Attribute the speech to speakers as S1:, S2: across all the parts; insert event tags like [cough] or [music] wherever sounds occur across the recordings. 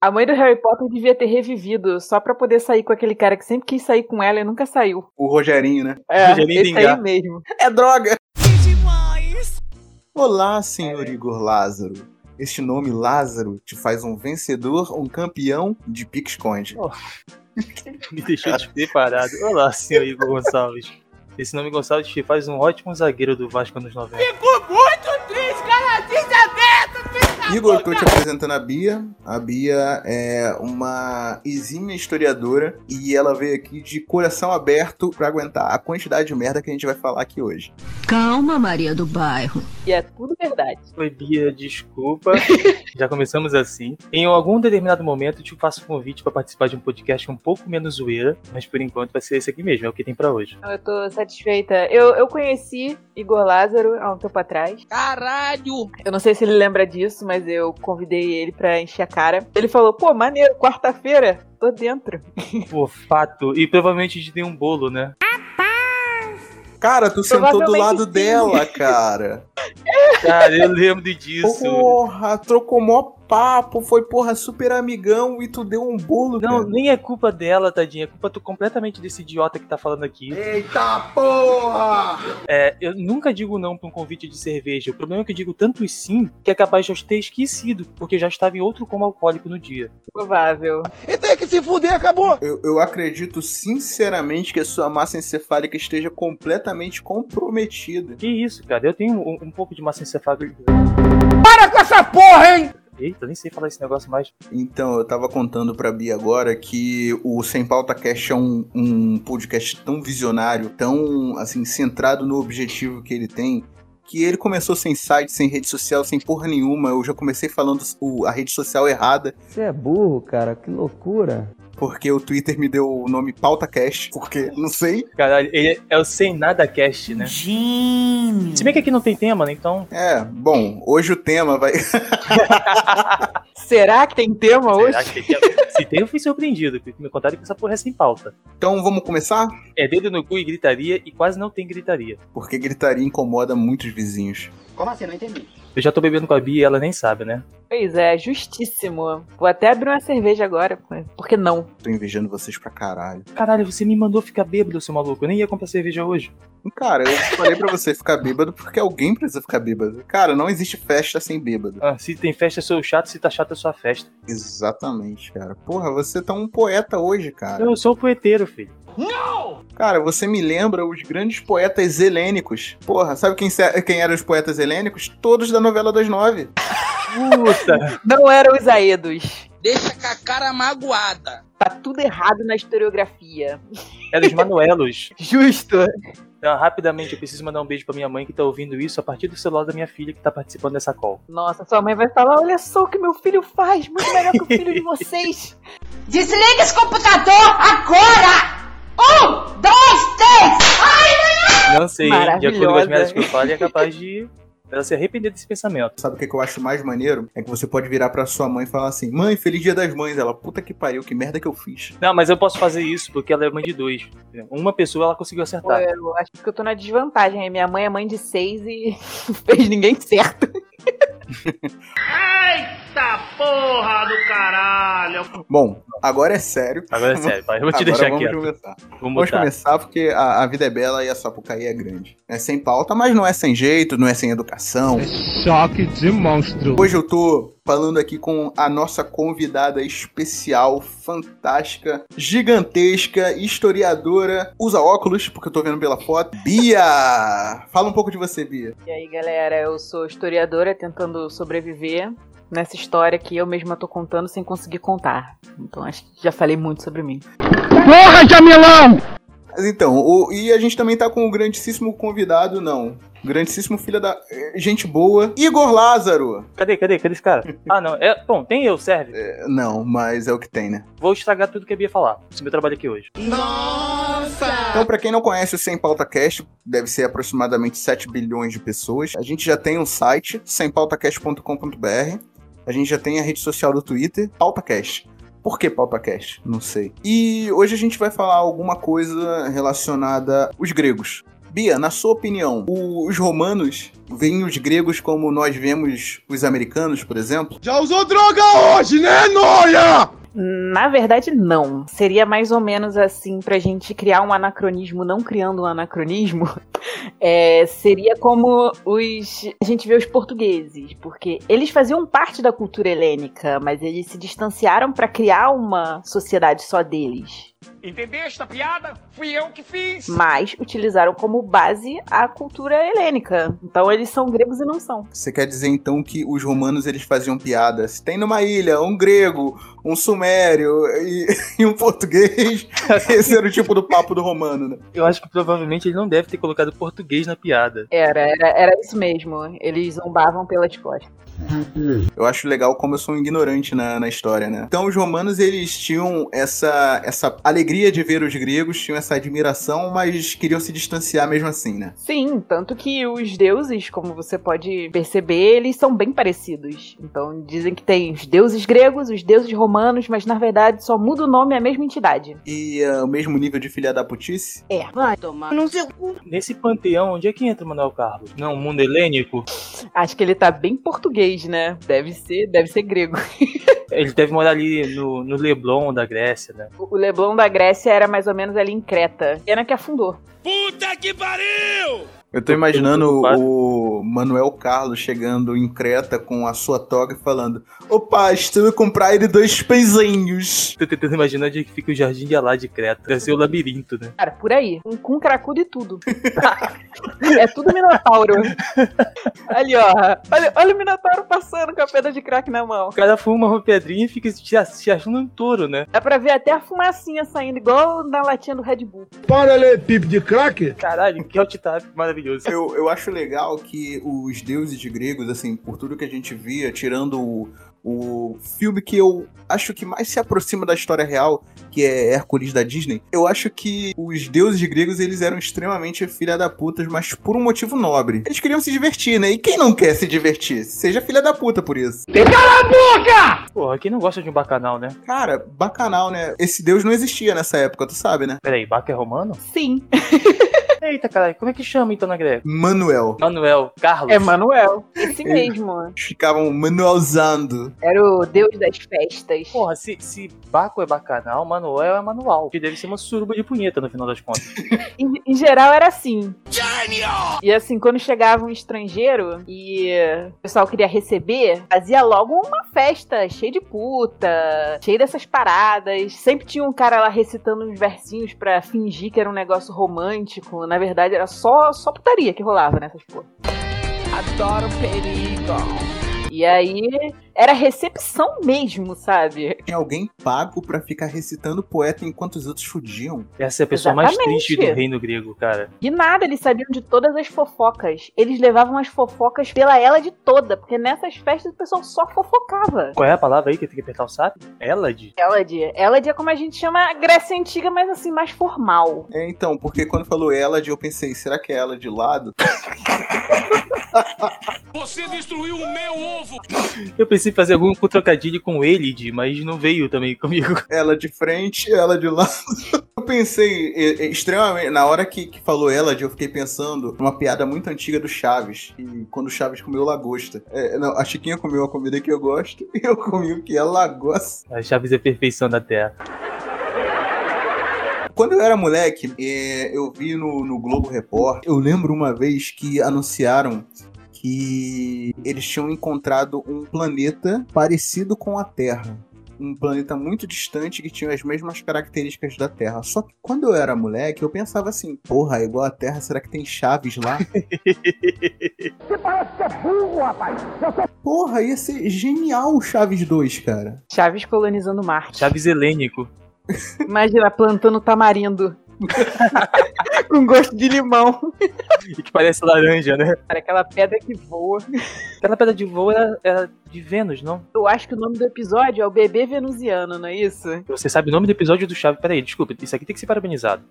S1: A mãe do Harry Potter devia ter revivido só pra poder sair com aquele cara que sempre quis sair com ela e nunca saiu.
S2: O Rogerinho, né?
S1: É,
S3: Rogerinho
S1: esse aí
S3: Dingá.
S1: mesmo.
S2: É droga! Olá, senhor Igor Lázaro. Este nome Lázaro te faz um vencedor, um campeão de pique-esconde.
S3: [laughs] Me deixou despreparado. Olá, senhor Igor Gonçalves. Esse nome Gonçalves te faz um ótimo zagueiro do Vasco nos 90.
S2: Igor, eu tô te apresentando a Bia. A Bia é uma exímia historiadora e ela veio aqui de coração aberto pra aguentar a quantidade de merda que a gente vai falar aqui hoje.
S4: Calma, Maria do Bairro.
S1: E é tudo verdade.
S3: Oi, Bia, desculpa. Já começamos assim. Em algum determinado momento, eu te faço um convite pra participar de um podcast um pouco menos zoeira, mas por enquanto vai ser esse aqui mesmo, é o que tem pra hoje.
S1: Então, Eu tô satisfeita. Eu, eu conheci Igor Lázaro há um tempo atrás.
S5: Caralho!
S1: Eu não sei se ele lembra disso, mas eu convidei ele pra encher a cara. Ele falou, pô, maneiro, quarta-feira, tô dentro.
S3: Por fato, e provavelmente de ter um bolo, né?
S2: Cara, tu sentou do
S1: Provavelmente
S2: lado
S1: sim.
S2: dela, cara.
S3: Cara, eu lembro disso.
S2: Porra, trocou mó papo, foi porra super amigão e tu deu um bolo,
S3: Não,
S2: cara.
S3: nem é culpa dela, tadinha. É culpa tu completamente desse idiota que tá falando aqui.
S2: Eita porra!
S3: É, eu nunca digo não pra um convite de cerveja. O problema é que eu digo tantos sim que é capaz de eu ter esquecido, porque eu já estava em outro coma alcoólico no dia.
S1: Provável.
S5: E tem que se fuder, acabou!
S2: Eu, eu acredito sinceramente que a sua massa encefálica esteja completamente comprometida.
S3: Que isso, cara? Eu tenho um, um pouco de massa encefálica.
S5: Para com essa porra, hein?
S3: Eita, nem sei falar esse negócio mais.
S2: Então, eu tava contando pra Bia agora que o Sem Pauta Cast é um, um podcast tão visionário, tão, assim, centrado no objetivo que ele tem, que ele começou sem site, sem rede social, sem porra nenhuma. Eu já comecei falando o- a rede social errada,
S6: Você é burro, cara, que loucura.
S2: porque o Twitter me deu o nome PautaCast, porque não sei.
S3: Caralho, ele é o sem nada cast, né? Se bem que aqui não tem tema, né? Então.
S2: É, bom, hoje o tema vai. [laughs]
S1: Será que tem tema hoje?
S3: será que tem tema? Se tem, eu fui surpreendido. porque Me contaram que essa porra é sem pauta.
S2: Então vamos começar?
S3: É dedo no cu e gritaria, e quase não tem gritaria.
S2: Porque gritaria incomoda muitos vizinhos.
S5: Como assim? Não entendi.
S3: Eu já tô bebendo com a Bia e ela nem sabe, né?
S1: Pois é, justíssimo. Vou até abrir uma cerveja agora, por que não?
S2: Tô invejando vocês pra caralho.
S3: Caralho, você me mandou ficar bêbado, seu maluco. Eu nem ia comprar cerveja hoje.
S2: Cara, eu falei pra você ficar bêbado porque alguém precisa ficar bêbado. Cara, não existe festa sem bêbado.
S3: Ah, se tem festa, eu sou chato. Se tá chato, eu sou a festa.
S2: Exatamente, cara. Porra, você tá um poeta hoje, cara.
S3: Eu sou o poeteiro, filho.
S2: Cara, você me lembra os grandes poetas helênicos. Porra, sabe quem, se- quem eram os poetas helênicos? Todos da novela das nove.
S3: Puta. [laughs]
S1: Não eram os Aedos.
S5: Deixa com a cara magoada.
S1: Tá tudo errado na historiografia.
S3: Era os É Manuelos.
S1: Justo.
S3: Então, rapidamente, eu preciso mandar um beijo pra minha mãe que tá ouvindo isso a partir do celular da minha filha que tá participando dessa call.
S1: Nossa, sua mãe vai falar: olha só o que meu filho faz, muito melhor que o filho
S5: [laughs]
S1: de vocês.
S5: Tá.
S7: Desliga esse computador agora! Um, dois, três!
S3: Não sei, hein? de acordo com as
S1: Maravilhosa.
S3: merdas que eu falo, é capaz de ela se arrepender desse pensamento.
S2: Sabe o que que eu acho mais maneiro? É que você pode virar pra sua mãe e falar assim: Mãe, feliz dia das mães. Ela, puta que pariu, que merda que eu fiz.
S3: Não, mas eu posso fazer isso porque ela é mãe de dois. Uma pessoa ela
S1: Pô,
S3: conseguiu acertar.
S1: eu acho que eu tô na desvantagem. Minha mãe é mãe de seis e [laughs] não fez ninguém certo.
S2: Bom, agora é sério.
S3: Agora é sério, pai. Eu vou te
S2: Agora
S3: deixar
S2: vamos
S3: quieto.
S2: começar.
S3: Vou
S2: Vamos
S3: mutar.
S2: começar porque a, a vida é bela e a Sapucaí é grande. É sem pauta, mas não é sem jeito, não é sem educação.
S6: Choque de monstro.
S2: Hoje eu tô falando aqui com a nossa convidada especial, fantástica, gigantesca, historiadora, usa óculos, porque eu tô vendo pela foto. Bia! Fala um pouco de você, Bia.
S1: E aí, galera, eu sou historiadora tentando sobreviver nessa história que eu mesma tô contando sem conseguir contar. Então acho que já falei muito sobre mim.
S2: Mas então, o- e a gente também tá com o grandíssimo convidado, não. Grandíssimo filho da. eh, Gente boa. Igor Lázaro!
S3: Cadê, cadê, cadê esse cara? Ah, não. É, bom, tem eu, serve.
S2: Eh, Não, mas é o que tem, né?
S3: Vou estragar tudo que a Bia falar. Esse é meu trabalho aqui hoje.
S2: Então, pra quem não conhece o Sem Pauta Cast, deve ser aproximadamente 7 bilhões de pessoas. A gente já tem um site, sempautacast.com.br. A gente já tem a rede social do Twitter, PautaCast. Por que PautaCast? Não sei. E hoje a gente vai falar alguma coisa relacionada aos gregos. Bia, na sua opinião, o- os romanos veem os gregos como nós vemos os americanos, por exemplo?
S5: Já usou droga hoje, né, Noia?
S1: Na verdade, não. Seria mais ou menos assim, pra gente criar um anacronismo, não criando um anacronismo. [laughs] É, seria como os. A gente vê os portugueses, porque eles faziam parte da cultura helênica, mas eles se distanciaram pra criar uma sociedade só deles.
S5: Entendeste a piada? Fui eu que fiz.
S1: Mas utilizaram como base a cultura helênica. Então eles são gregos e não são.
S2: Você quer dizer então que os romanos eles faziam piadas? Tem numa ilha um grego, um sumério e, [laughs] e um português. Esse era o tipo do papo do romano, né?
S3: Eu acho que provavelmente ele não deve ter colocado português na piada.
S1: Era, era, era isso mesmo. Eles zombavam pelas costas.
S2: Eu acho legal como eu sou um ignorante na, na história, né? Então os romanos eles tinham essa, essa alegria de ver os gregos, tinham essa admiração, mas queriam se distanciar mesmo assim, né?
S1: Sim, tanto que os deuses, como você pode perceber, eles são bem parecidos. Então dizem que tem os deuses gregos, os deuses romanos, mas na verdade só muda o nome, é a mesma entidade.
S2: E ah, o mesmo nível de filha da putice?
S1: É.
S7: Vai tomar no seu
S3: Nesse panteão, onde é que entra o Manuel Carlos? Não, o mundo helênico?
S1: Acho que ele tá bem português, né? Deve ser, deve ser grego. [laughs]
S3: Ele deve morar ali no, no Leblon da Grécia, né?
S1: O Leblon da Grécia era mais ou menos ali em Creta. Pena que afundou.
S5: Puta que pariu!
S2: Eu tô imaginando o Manuel Carlos chegando em Creta com a sua toga e falando: Opa, estou a comprar ele dois peizinhos.
S3: Tô tentando imaginar onde é que fica o Jardim de Alá de Creta. Deve ser o labirinto, né?
S1: Cara, por aí. Com, com cracudo e tudo. é tudo minotauro. Ali, ó. Olha, olha o minotauro passando com a pedra de crack na mão.
S3: O cara fuma uma pedrinha e fica se se achando um touro, né?
S1: Dá pra ver até a fumacinha saindo, igual na latinha do Red Bull.
S5: Para ele, pipo de craque.
S3: Caralho, que alt-tab maravilhoso.
S2: Eu, eu acho legal que os deuses gregos, assim, por tudo que a gente via, tirando o, o filme que eu acho que mais se aproxima da história real, que é Hércules da Disney, eu acho que os deuses gregos eles eram extremamente filha da puta, mas por um motivo nobre. Eles queriam se divertir, né? E quem não quer se divertir? Seja filha da puta por isso.
S3: Porra, quem não gosta de um bacanal, né?
S2: Cara, bacanal, né? Esse deus não existia nessa época, tu sabe, né?
S3: Peraí, Baca é romano?
S1: Sim.
S3: Eita, caralho, como é que chama então na Grécia?
S2: Manuel.
S3: Manuel, Carlos.
S1: É Manuel. Esse mesmo.
S2: Ficavam manuelzando.
S1: [laughs] Era o deus das festas.
S3: Porra, se, se Baco é bacanal, Manuel é manual. Que deve ser uma suruba de punheta no final das contas.
S1: Em, em geral era assim. E assim, quando chegava um estrangeiro e eh, o pessoal queria receber, fazia logo uma festa cheia de puta, cheia dessas paradas. Sempre tinha um cara lá recitando uns versinhos pra fingir que era um negócio romântico. Na verdade, era só, só putaria que rolava nessas porra. Adoro perigo. E aí, era recepção mesmo, sabe?
S2: Tinha alguém pago pra ficar recitando poeta enquanto os outros fudiam.
S3: Essa é a pessoa mais
S1: Exatamente.
S3: triste do reino grego, cara.
S1: E nada, eles sabiam de todas as fofocas. Eles levavam as fofocas pela ela de toda, porque nessas festas o pessoal só fofocava.
S3: Qual é a palavra aí que tem que apertar o sapo? Elade?
S1: Elad. Elad é como a gente chama a Grécia Antiga, mas assim, mais formal.
S2: É, então, porque quando falou ela, eu pensei, será que é ela de lado?
S5: Você destruiu um- o meu ovo.
S3: Eu pensei em fazer algum com trocadilho com Elide, mas não veio também [laughs] comigo.
S2: Ela de frente, ela de lado. [laughs] Eu pensei e- e, extremamente. Na hora que, que falou ela, eu fiquei pensando numa piada muito antiga do Chaves. E quando o Chaves comeu lagosta. É, não, a Chiquinha comeu a comida que eu gosto [laughs] e eu comi o que é lagosta.
S3: A Chaves é a perfeição da Terra.
S2: Quando eu era moleque, eh, eu vi no, no Globo Repórter, eu lembro uma vez que anunciaram que eles tinham encontrado um planeta parecido com a Terra. Um planeta muito distante que tinha as mesmas características da Terra. Só que quando eu era moleque, eu pensava assim: porra, igual a Terra, será que tem chaves lá? Porra, ia ser genial o Chaves 2, cara.
S1: Chaves colonizando Marte.
S3: Chaves helênico.
S1: Imagina, plantando
S3: [laughs]
S1: tamarindo. Com gosto de limão.
S3: E que parece laranja, né?
S1: Cara, aquela pedra que voa.
S3: Aquela pedra de voo era, era de Vênus, não?
S1: Eu acho que o nome do episódio é o bebê venusiano, não é isso?
S3: Você sabe o nome do episódio do Chaves. Peraí, desculpa, isso aqui tem que ser parabenizado.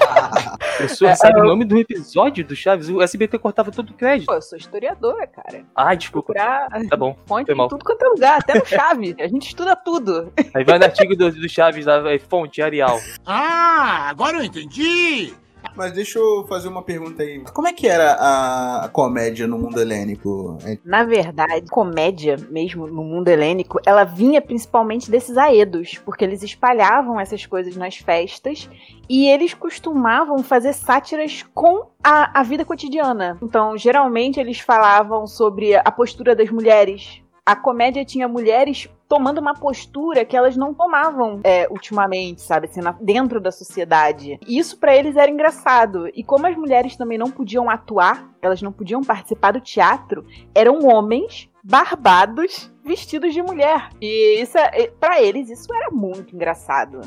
S3: A pessoa
S1: É,
S3: sabe o nome do episódio do Chaves. O SBT cortava todo o crédito.
S1: Pô, eu sou historiadora, cara.
S3: Ah, desculpa.
S1: Procurar
S3: Tá bom.
S1: fonte
S3: Foi mal.
S1: em tudo quanto é lugar, até no chave. A gente estuda tudo.
S3: é Aí vai no artigo do, do Chaves lá, vai, fonte, Arial.
S5: Ah, agora eu entendi.
S2: Mas deixa eu fazer uma pergunta aí. Como é que era a- a comédia no mundo helênico? É,
S1: Na verdade, comédia mesmo no mundo helênico, ela vinha principalmente desses aedos, porque eles espalhavam essas coisas nas festas e eles costumavam fazer sátiras com a, a vida cotidiana. Então, geralmente, eles falavam sobre a postura das mulheres. A comédia tinha mulheres tomando uma postura que elas não tomavam é, ultimamente, sabe? Assim, na- dentro da sociedade. E Isso pra eles era engraçado. E como as mulheres também não podiam atuar, elas não podiam participar do teatro, eram homens barbados vestidos de mulher. E isso é- é- pra eles isso era muito engraçado.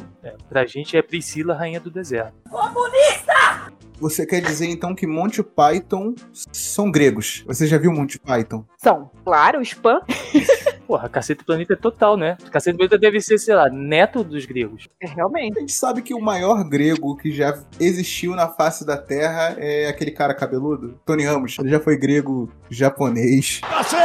S3: Pra gente é Priscila, rainha do deserto.
S2: Você quer dizer então que Monty Python são gregos? Você já viu Monty Python?
S1: São, claro, o spam.
S3: Porra, Cacete do Planeta é total, né? Cacete do Planeta deve ser, sei lá, neto dos gregos.
S1: É, Realmente.
S2: A gente sabe que o maior grego que já existiu na face da Terra é aquele cara cabeludo, Tony Ramos. Ele já foi grego, japonês.
S5: Passeio!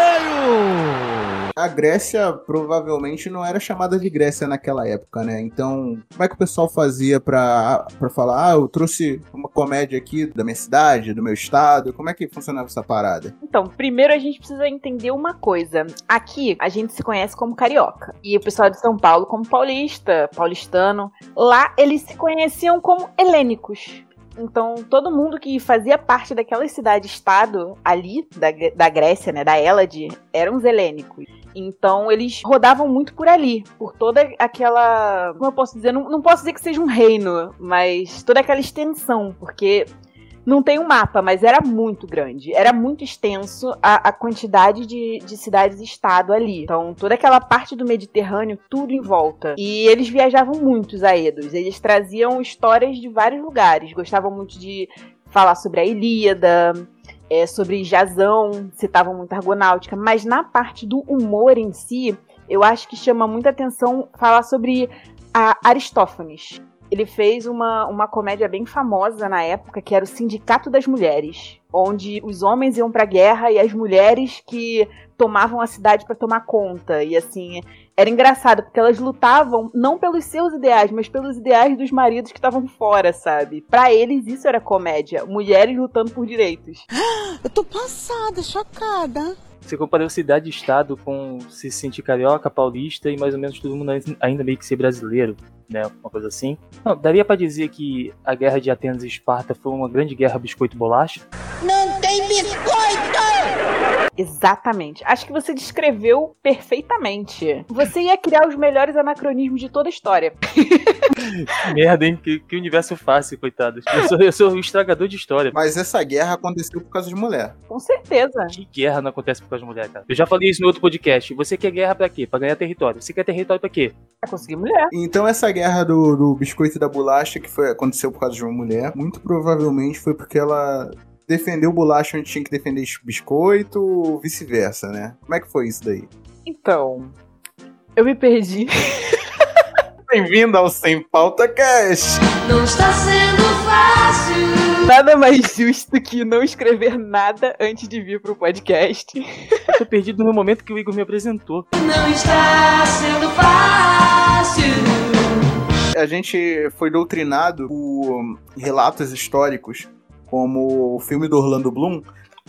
S2: A Grécia provavelmente não era chamada de Grécia naquela época, né? Então, como é que o pessoal fazia pra, pra falar, ah, eu trouxe uma comédia aqui da minha cidade, do meu estado? Como é que funcionava essa parada?
S1: Então, primeiro a gente precisa entender uma coisa. Aqui a gente se conhece como carioca. E o pessoal de São Paulo como paulista, paulistano. Lá eles se conheciam como helênicos. Então, todo mundo que fazia parte daquela cidade-estado ali, da, Gre- da Grécia, né, da Hélade, eram os helênicos. Então, eles rodavam muito por ali, por toda aquela. Como eu posso dizer? Não, não posso dizer que seja um reino, mas toda aquela extensão, porque não tem um mapa, mas era muito grande. Era muito extenso a, a quantidade de, de cidades e estado ali. Então, toda aquela parte do Mediterrâneo, tudo em volta. E eles viajavam muito, os Aedos. Eles traziam histórias de vários lugares. Gostavam muito de falar sobre a Ilíada, é, sobre Jazão, citavam muito Argonáutica. Mas na parte do humor em si, eu acho que chama muita atenção falar sobre a Aristófanes. Ele fez uma, uma comédia bem famosa na época, que era o Sindicato das Mulheres, onde os homens iam pra guerra e as mulheres que tomavam a cidade pra tomar conta. E assim, era engraçado, porque elas lutavam não pelos seus ideais, mas pelos ideais dos maridos que estavam fora, sabe? Pra eles isso era comédia, mulheres lutando por direitos.
S8: Eu tô passada, chocada.
S3: Você comparou cidade e estado com se sentir carioca, paulista e mais ou menos todo mundo ainda meio que ser brasileiro, né? Uma coisa assim. Não, daria pra dizer que a guerra de Atenas e Esparta foi uma grande guerra biscoito-bolacha?
S8: Não tem biscoito!
S1: Exatamente. Acho que você descreveu perfeitamente. Você ia criar os melhores anacronismos de toda a história.
S3: Que merda, hein? Que, que universo fácil, coitado. Eu sou, eu sou um estragador de história.
S2: Mas essa guerra aconteceu por causa de mulher.
S1: Com certeza.
S3: Que guerra não acontece por causa de mulher, cara? Eu já falei isso no outro podcast. Você quer guerra pra quê? Pra ganhar território. Você quer território pra quê?
S1: Pra conseguir mulher.
S2: Então essa guerra do, do biscoito e da bolacha que foi, aconteceu por causa de uma mulher, muito provavelmente foi porque ela defendeu bolacha onde tinha que defender biscoito ou vice-versa, né? Como é que foi isso daí?
S1: Então, eu me perdi. [laughs]
S2: Bem-vindo ao Sem Pauta Cast!
S4: Não está sendo fácil.
S1: Nada mais justo que não escrever nada antes de vir pro podcast.
S3: Eu tô perdido no momento que o Igor me apresentou.
S4: Não está sendo fácil.
S2: A gente foi doutrinado por relatos históricos, como o filme do Orlando Bloom,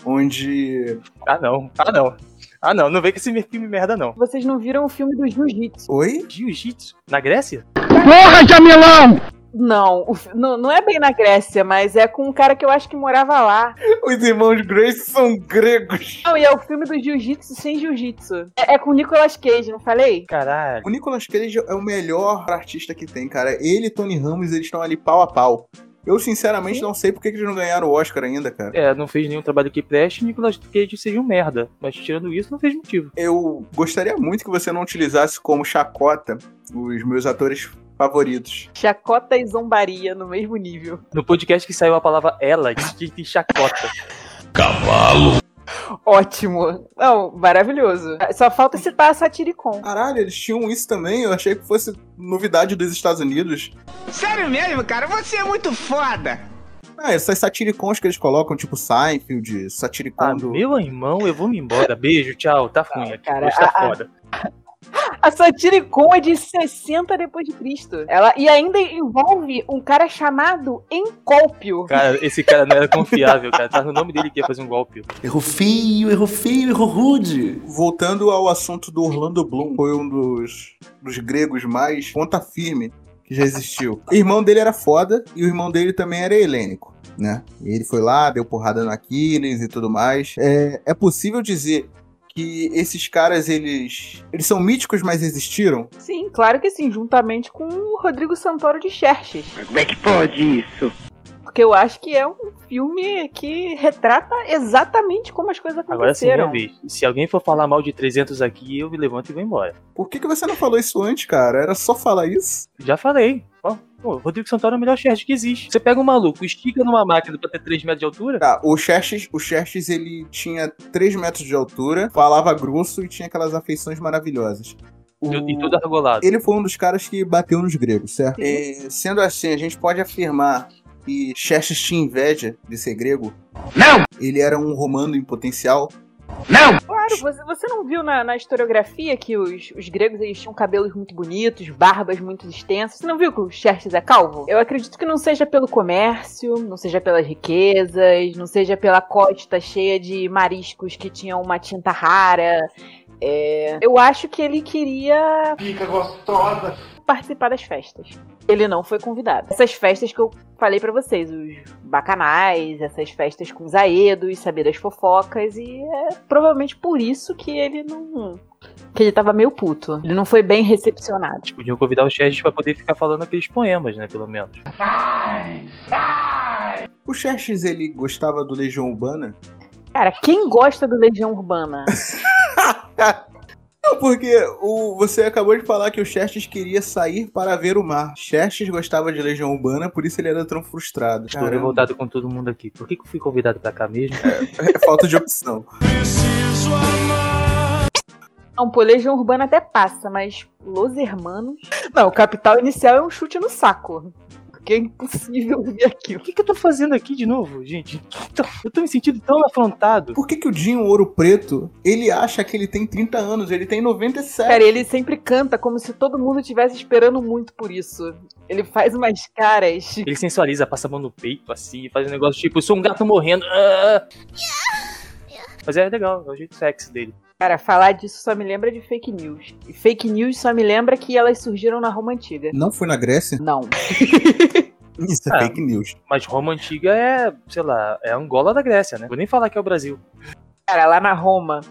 S2: onde...
S3: Ah, não. Ah, não. Ah, não. Não vem com esse filme merda, não.
S1: Vocês não viram o filme do Jiu-Jitsu?
S2: Oi?
S3: Jiu-jitsu? Na Grécia?
S6: Porra, Jamilão!
S1: Não, o fi- não, não é bem na Grécia, mas é com um cara que eu acho que morava lá.
S2: Os irmãos Grace são gregos!
S1: Não, e é o filme do Jiu-Jitsu sem Jiu-Jitsu. É, é com o Nicolas Cage, não falei?
S3: Caralho.
S2: O Nicolas Cage é o melhor artista que tem, cara. Ele e Tony Ramos, eles estão ali pau a pau. Eu, sinceramente, não sei por que que eles não ganharam o Oscar ainda, cara.
S3: É, não fez nenhum trabalho que preste, Nicolas Cage seja um merda. Mas tirando isso, não fez motivo.
S2: Eu gostaria muito que você não utilizasse como chacota os meus atores favoritos.
S1: Chacota e zombaria no mesmo nível.
S3: No podcast que saiu a palavra ela, escrita em chacota.
S1: Ótimo. Não, maravilhoso. Só falta citar a Satiricon.
S2: Caralho, eles tinham isso também? Eu achei que fosse novidade dos Estados Unidos.
S5: Sério mesmo, cara? Você é muito foda!
S2: Ah, essas satiricons que eles colocam, tipo Seinfeld, satiricon
S3: [laughs] Ah,
S2: do...
S3: meu irmão, eu vou me embora. Beijo, tchau. Tá ruim aqui.
S1: cara,
S3: hoje tá
S1: a- a-
S3: foda.
S1: A Satiricon é de 60 depois de Cristo. Ela e ainda envolve um cara chamado Encólpio.
S3: Cara, esse cara não era confiável, cara. Tá no nome dele que ia fazer um [laughs] golpe.
S9: Errou feio, errou feio, errou rude.
S2: Voltando ao assunto do Orlando Bloom, foi um dos, dos gregos mais ponta firme que já existiu. O irmão dele era foda e o irmão dele também era helênico. Né? E ele foi lá, deu porrada no Aquiles e tudo mais. É, é possível dizer que esses caras, eles, eles são míticos, mas existiram?
S1: Sim, claro que sim, juntamente com o Rodrigo Santoro de Xerxes.
S5: Como é que pode isso?
S1: Porque eu acho que é um filme que retrata exatamente como as coisas
S3: Agora é sim,
S1: aconteceram.
S3: minha vez. Se alguém for falar mal de 300 aqui, eu me levanto e vou embora.
S2: Por que, que você não falou isso antes, cara? Era só falar isso?
S3: Já falei. Ó, pô, Rodrigo Santoro é o melhor chefe que existe. Você pega um maluco, estica numa máquina pra ter 3 metros de altura,
S2: Tá, o Xerxes, o Xerxes, ele tinha 3 metros de altura, falava grosso e tinha aquelas afeições maravilhosas. O-
S3: e e tudo argolado.
S2: Ele foi um dos caras que bateu nos gregos, certo? É, sendo assim, a gente pode afirmar que Xerxes tinha inveja de ser grego?
S5: Não!
S2: Ele era um romano em potencial?
S5: Não!
S1: Claro, você, você não viu na, na historiografia que os, os gregos eles tinham cabelos muito bonitos, barbas muito extensas. Você não viu que o Xerxes é calvo? Eu acredito que não seja pelo comércio, não seja pelas riquezas, não seja pela costa cheia de mariscos que tinham uma tinta rara. É, eu acho que ele queria
S5: Fica gostosa!
S1: participar das festas. Ele não foi convidado. Essas festas que eu falei pra vocês, os bacanais, essas festas com os aedos, saber das fofocas, e é provavelmente por isso que ele não. que ele tava meio puto. Ele não foi bem recepcionado.
S3: Podiam Tipo, convidar o Xerxes pra poder ficar falando aqueles poemas, né? Pelo menos.
S2: O Xerxes, ele gostava do Legião Urbana?
S1: Cara, quem gosta do Legião [laughs] Urbana?
S2: Não, porque o, você acabou de falar que o Xerxes queria sair para ver o mar. Xerxes gostava de Legião Urbana, por isso ele era tão frustrado.
S3: Estou
S2: Caramba,
S3: revoltado com todo mundo aqui. Por que, que eu fui convidado pra cá mesmo?
S2: é falta de opção.
S1: Não, pô, Legião Urbana até passa, mas Los Hermanos. Não, o Capital Inicial é um chute no saco. Porque é impossível ver aquilo.
S3: O que, que eu tô fazendo aqui de novo, gente? Eu tô me sentindo tão afrontado.
S2: Por que, que o Dinho Ouro Preto, ele acha que ele tem 30 anos, ele tem 97?
S1: Cara, ele sempre canta como se todo mundo estivesse esperando muito por isso. Ele faz umas caras.
S3: Ele sensualiza, passa a mão no peito, assim, e faz um negócio tipo, eu sou um gato morrendo. ah. Mas é legal, é o jeito sexy dele.
S1: Cara, falar disso só me lembra de fake news. E fake news só me lembra que elas surgiram na Roma Antiga.
S2: Não foi na Grécia?
S1: Não.
S2: [laughs] Isso é
S3: Ah.
S2: fake news.
S3: Mas Roma Antiga é, sei lá, é Angola da Grécia, né? Vou nem falar que é o Brasil.
S1: Cara, lá na Roma,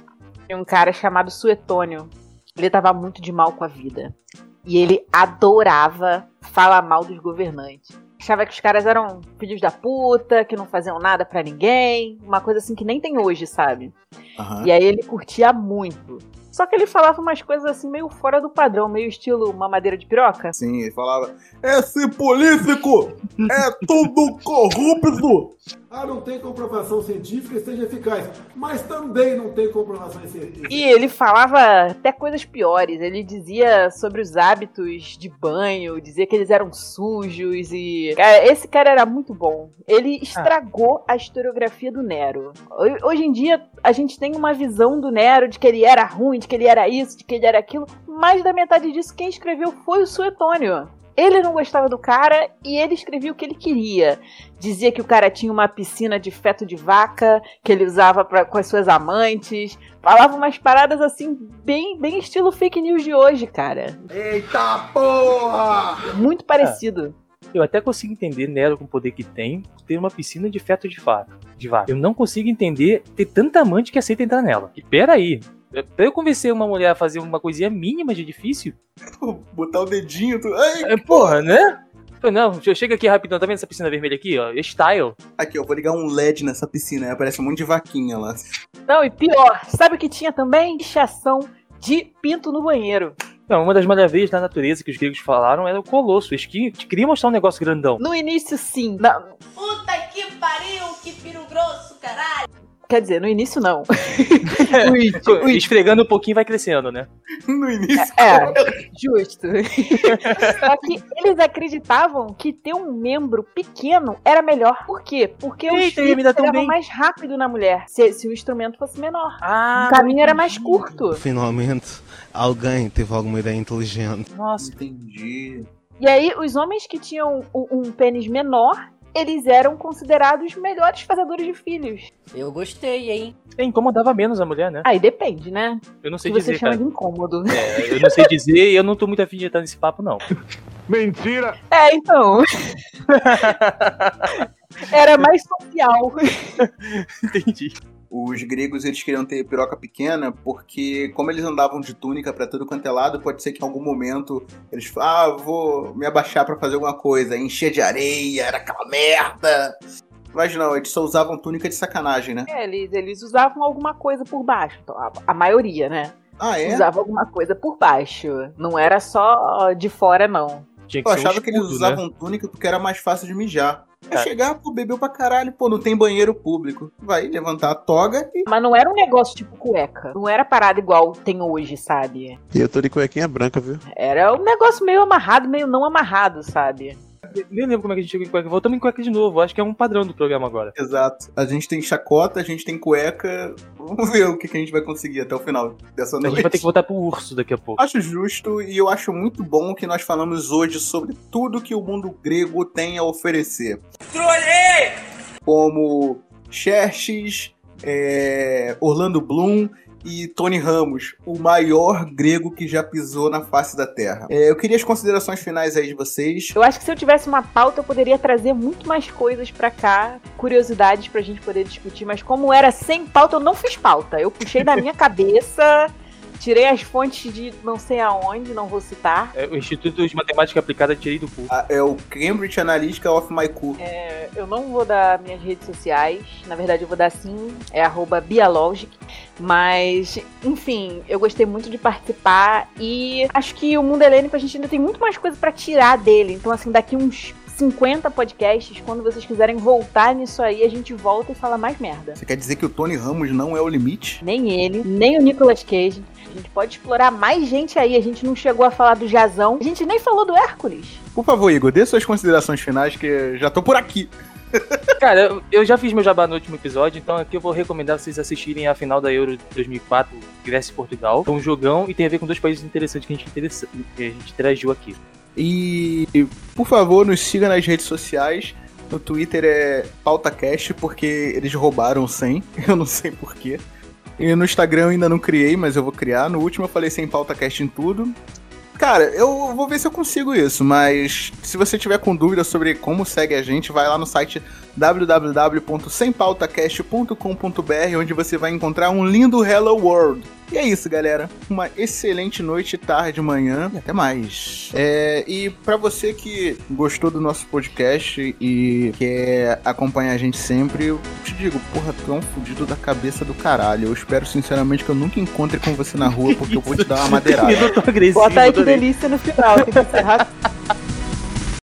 S1: tem um cara chamado Suetônio. Ele tava muito de mal com a vida. E ele adorava falar mal dos governantes. Achava que os caras eram filhos da puta, que não faziam nada pra ninguém. Uma coisa assim que nem tem hoje, sabe?
S2: Aham.
S1: E aí ele curtia muito. Só que ele falava umas coisas assim meio fora do padrão, meio estilo mamadeira de piroca.
S2: Sim, ele falava, esse político é tudo corrupto. [laughs]
S10: Ah, não tem comprovação científica que seja eficaz, mas também não tem comprovação científica.
S1: E ele falava até coisas piores. Ele dizia sobre os hábitos de banho, dizia que eles eram sujos e. Cara, esse cara era muito bom. Ele estragou a historiografia do Nero. Ho- Hoje em dia, a gente tem uma visão do Nero de que ele era ruim, de que ele era isso, de que ele era aquilo. Mais da metade disso, quem escreveu foi o Suetônio. Ele não gostava do cara e ele escrevia o que ele queria. Dizia que o cara tinha uma piscina de feto de vaca que ele usava pra, com as suas amantes. Falava umas paradas assim, bem, bem estilo fake news de hoje, cara.
S5: Eita porra!
S1: Muito parecido.
S3: Eu até consigo entender Nero com o poder que tem, ter uma piscina de feto de vaca. De vaca. Eu não consigo entender ter tanta amante que aceita entrar nela. E peraí, é, pra eu convencer uma mulher a fazer uma coisinha mínima de difícil,
S2: Botar o dedinho, tu... Ai,
S3: é porra, né? Falei, Não, che- chega aqui rapidão, tá vendo essa piscina vermelha aqui, ó? Style.
S2: aqui, eu vou ligar um LED nessa piscina, aí aparece um monte de vaquinha lá. [laughs]
S1: Não, e pior, sabe o que tinha também? Inchação de pinto no banheiro.
S3: Não, uma das maravilhas da natureza que os gregos falaram era o colosso. Eles que- queriam mostrar um negócio grandão.
S1: No início, sim. Na-
S8: Puta que pariu, que piro grosso, caralho.
S1: Quer dizer, no início
S3: [laughs]
S1: não.
S3: Co- Esfregando um pouquinho vai crescendo, né?
S2: No início.
S1: É, justo. [laughs] Só que eles acreditavam que ter um membro pequeno era melhor. Por quê? Porque o
S3: Eita,
S1: instrumento
S3: ele me dá tão
S1: pegava
S3: bem.
S1: mais rápido na mulher, se, se o instrumento fosse menor.
S3: Ah,
S1: o caminho era mais curto.
S11: Finalmente, alguém teve alguma ideia inteligente.
S3: Nossa,
S2: Entendi.
S1: E aí, os homens que tinham um, um pênis menor, eles eram considerados melhores fazedores de filhos.
S12: Eu gostei, hein?
S3: É, incomodava menos a mulher, né?
S1: Aí depende, né?
S3: Eu não sei
S1: Que você
S3: dizer,
S1: chama
S3: cara.
S1: de incômodo.
S3: É, eu não sei dizer e eu não tô muito afim de entrar nesse papo, não.
S5: Mentira!
S1: É, [laughs] então. Era mais social.
S3: Entendi.
S2: Os gregos eles queriam ter piroca pequena porque, como eles andavam de túnica pra tudo quanto é lado, pode ser que em algum momento eles falam, ah, vou me abaixar pra fazer alguma coisa, encher de areia, era aquela merda. Mas não, eles só usavam túnica de sacanagem, né?
S1: É, eles, eles usavam alguma coisa por baixo. Então, a, a maioria, né?
S2: Ah, é?
S1: Usava alguma coisa por baixo. Não era só de fora, não.
S3: Tinha que
S2: Eu
S3: ser um
S2: achava que eles
S3: escudo, né?
S2: usavam túnica porque era mais fácil de mijar. É
S3: Tá.
S2: chegar, pô, bebeu pra caralho, pô, não tem banheiro público. Vai levantar a toga e.
S1: Mas não era um negócio tipo cueca. Não era parada igual tem hoje, sabe?
S11: E eu tô de cuequinha branca, viu?
S1: Era um negócio meio amarrado, meio não amarrado, sabe?
S3: Nem lembro como é que a gente chegou em cueca. Voltamos em cueca de novo. Acho que é um padrão do programa agora.
S2: Exato. A gente tem chacota, a gente tem cueca. Vamos ver o que, que a gente vai conseguir até o final dessa
S3: A
S2: noite.
S3: gente vai ter que voltar pro urso daqui a pouco.
S2: Acho justo e eu acho muito bom que nós falamos hoje sobre tudo que o mundo grego tem a oferecer. Como Xerxes, é, Orlando Bloom e Tony Ramos, o maior grego que já pisou na face da Terra. É, eu queria as considerações finais aí de vocês.
S1: Eu acho que se eu tivesse uma pauta, eu poderia trazer muito mais coisas pra cá, curiosidades pra gente poder discutir. Mas como era sem pauta, eu não fiz pauta. Eu puxei da minha cabeça, tirei as fontes de não sei aonde, não vou citar.
S3: É, o Instituto de Matemática Aplicada tirei do cu.
S2: Ah, É o Cambridge Analytica of My Cu.
S1: Eu não vou dar minhas redes sociais, na verdade eu vou dar sim, é arroba Bialogic, mas enfim, eu gostei muito de participar e acho que o mundo helênico a gente ainda tem muito mais coisa pra tirar dele, então assim, daqui uns 50 podcasts, quando vocês quiserem voltar nisso aí, a gente volta e fala mais merda.
S2: Você quer dizer que o Tony Ramos não é o limite?
S1: Nem ele, nem o Nicolas Cage, a gente pode explorar mais gente aí, a gente não chegou a falar do Jazão, a gente nem falou do Hércules.
S2: Por favor, Igor, dê suas considerações finais, que eu já tô por aqui.
S3: Cara, eu- eu já fiz meu jabá no último episódio, então aqui eu vou recomendar vocês assistirem a final da Euro 2004, Grécia e Portugal. É um jogão e tem a ver com dois países interessantes que a gente, interessa- que a gente interagiu aqui.
S2: E, por favor, nos siga nas redes sociais. No Twitter é PautaCast, porque eles roubaram 100. [laughs] Eu não sei porquê. E no Instagram eu ainda não criei, mas eu vou criar. No último eu falei sem PautaCast em tudo. Cara, eu vou ver se eu consigo isso, mas se você tiver com dúvida sobre como segue a gente, vai lá no site www.sempautacast.com.br, onde você vai encontrar um lindo Hello World. E é isso, galera. Uma excelente noite, tarde, manhã e até mais. É, e pra você que gostou do nosso podcast e quer acompanhar a gente sempre, eu te digo, porra, tu é um fudido da cabeça do caralho. Eu espero sinceramente que eu nunca encontre com você na rua, porque eu vou te dar uma madeirada.
S3: Eu tô agressivo,
S1: Bota aí que
S3: adorei.
S1: delícia no final, tem que encerrar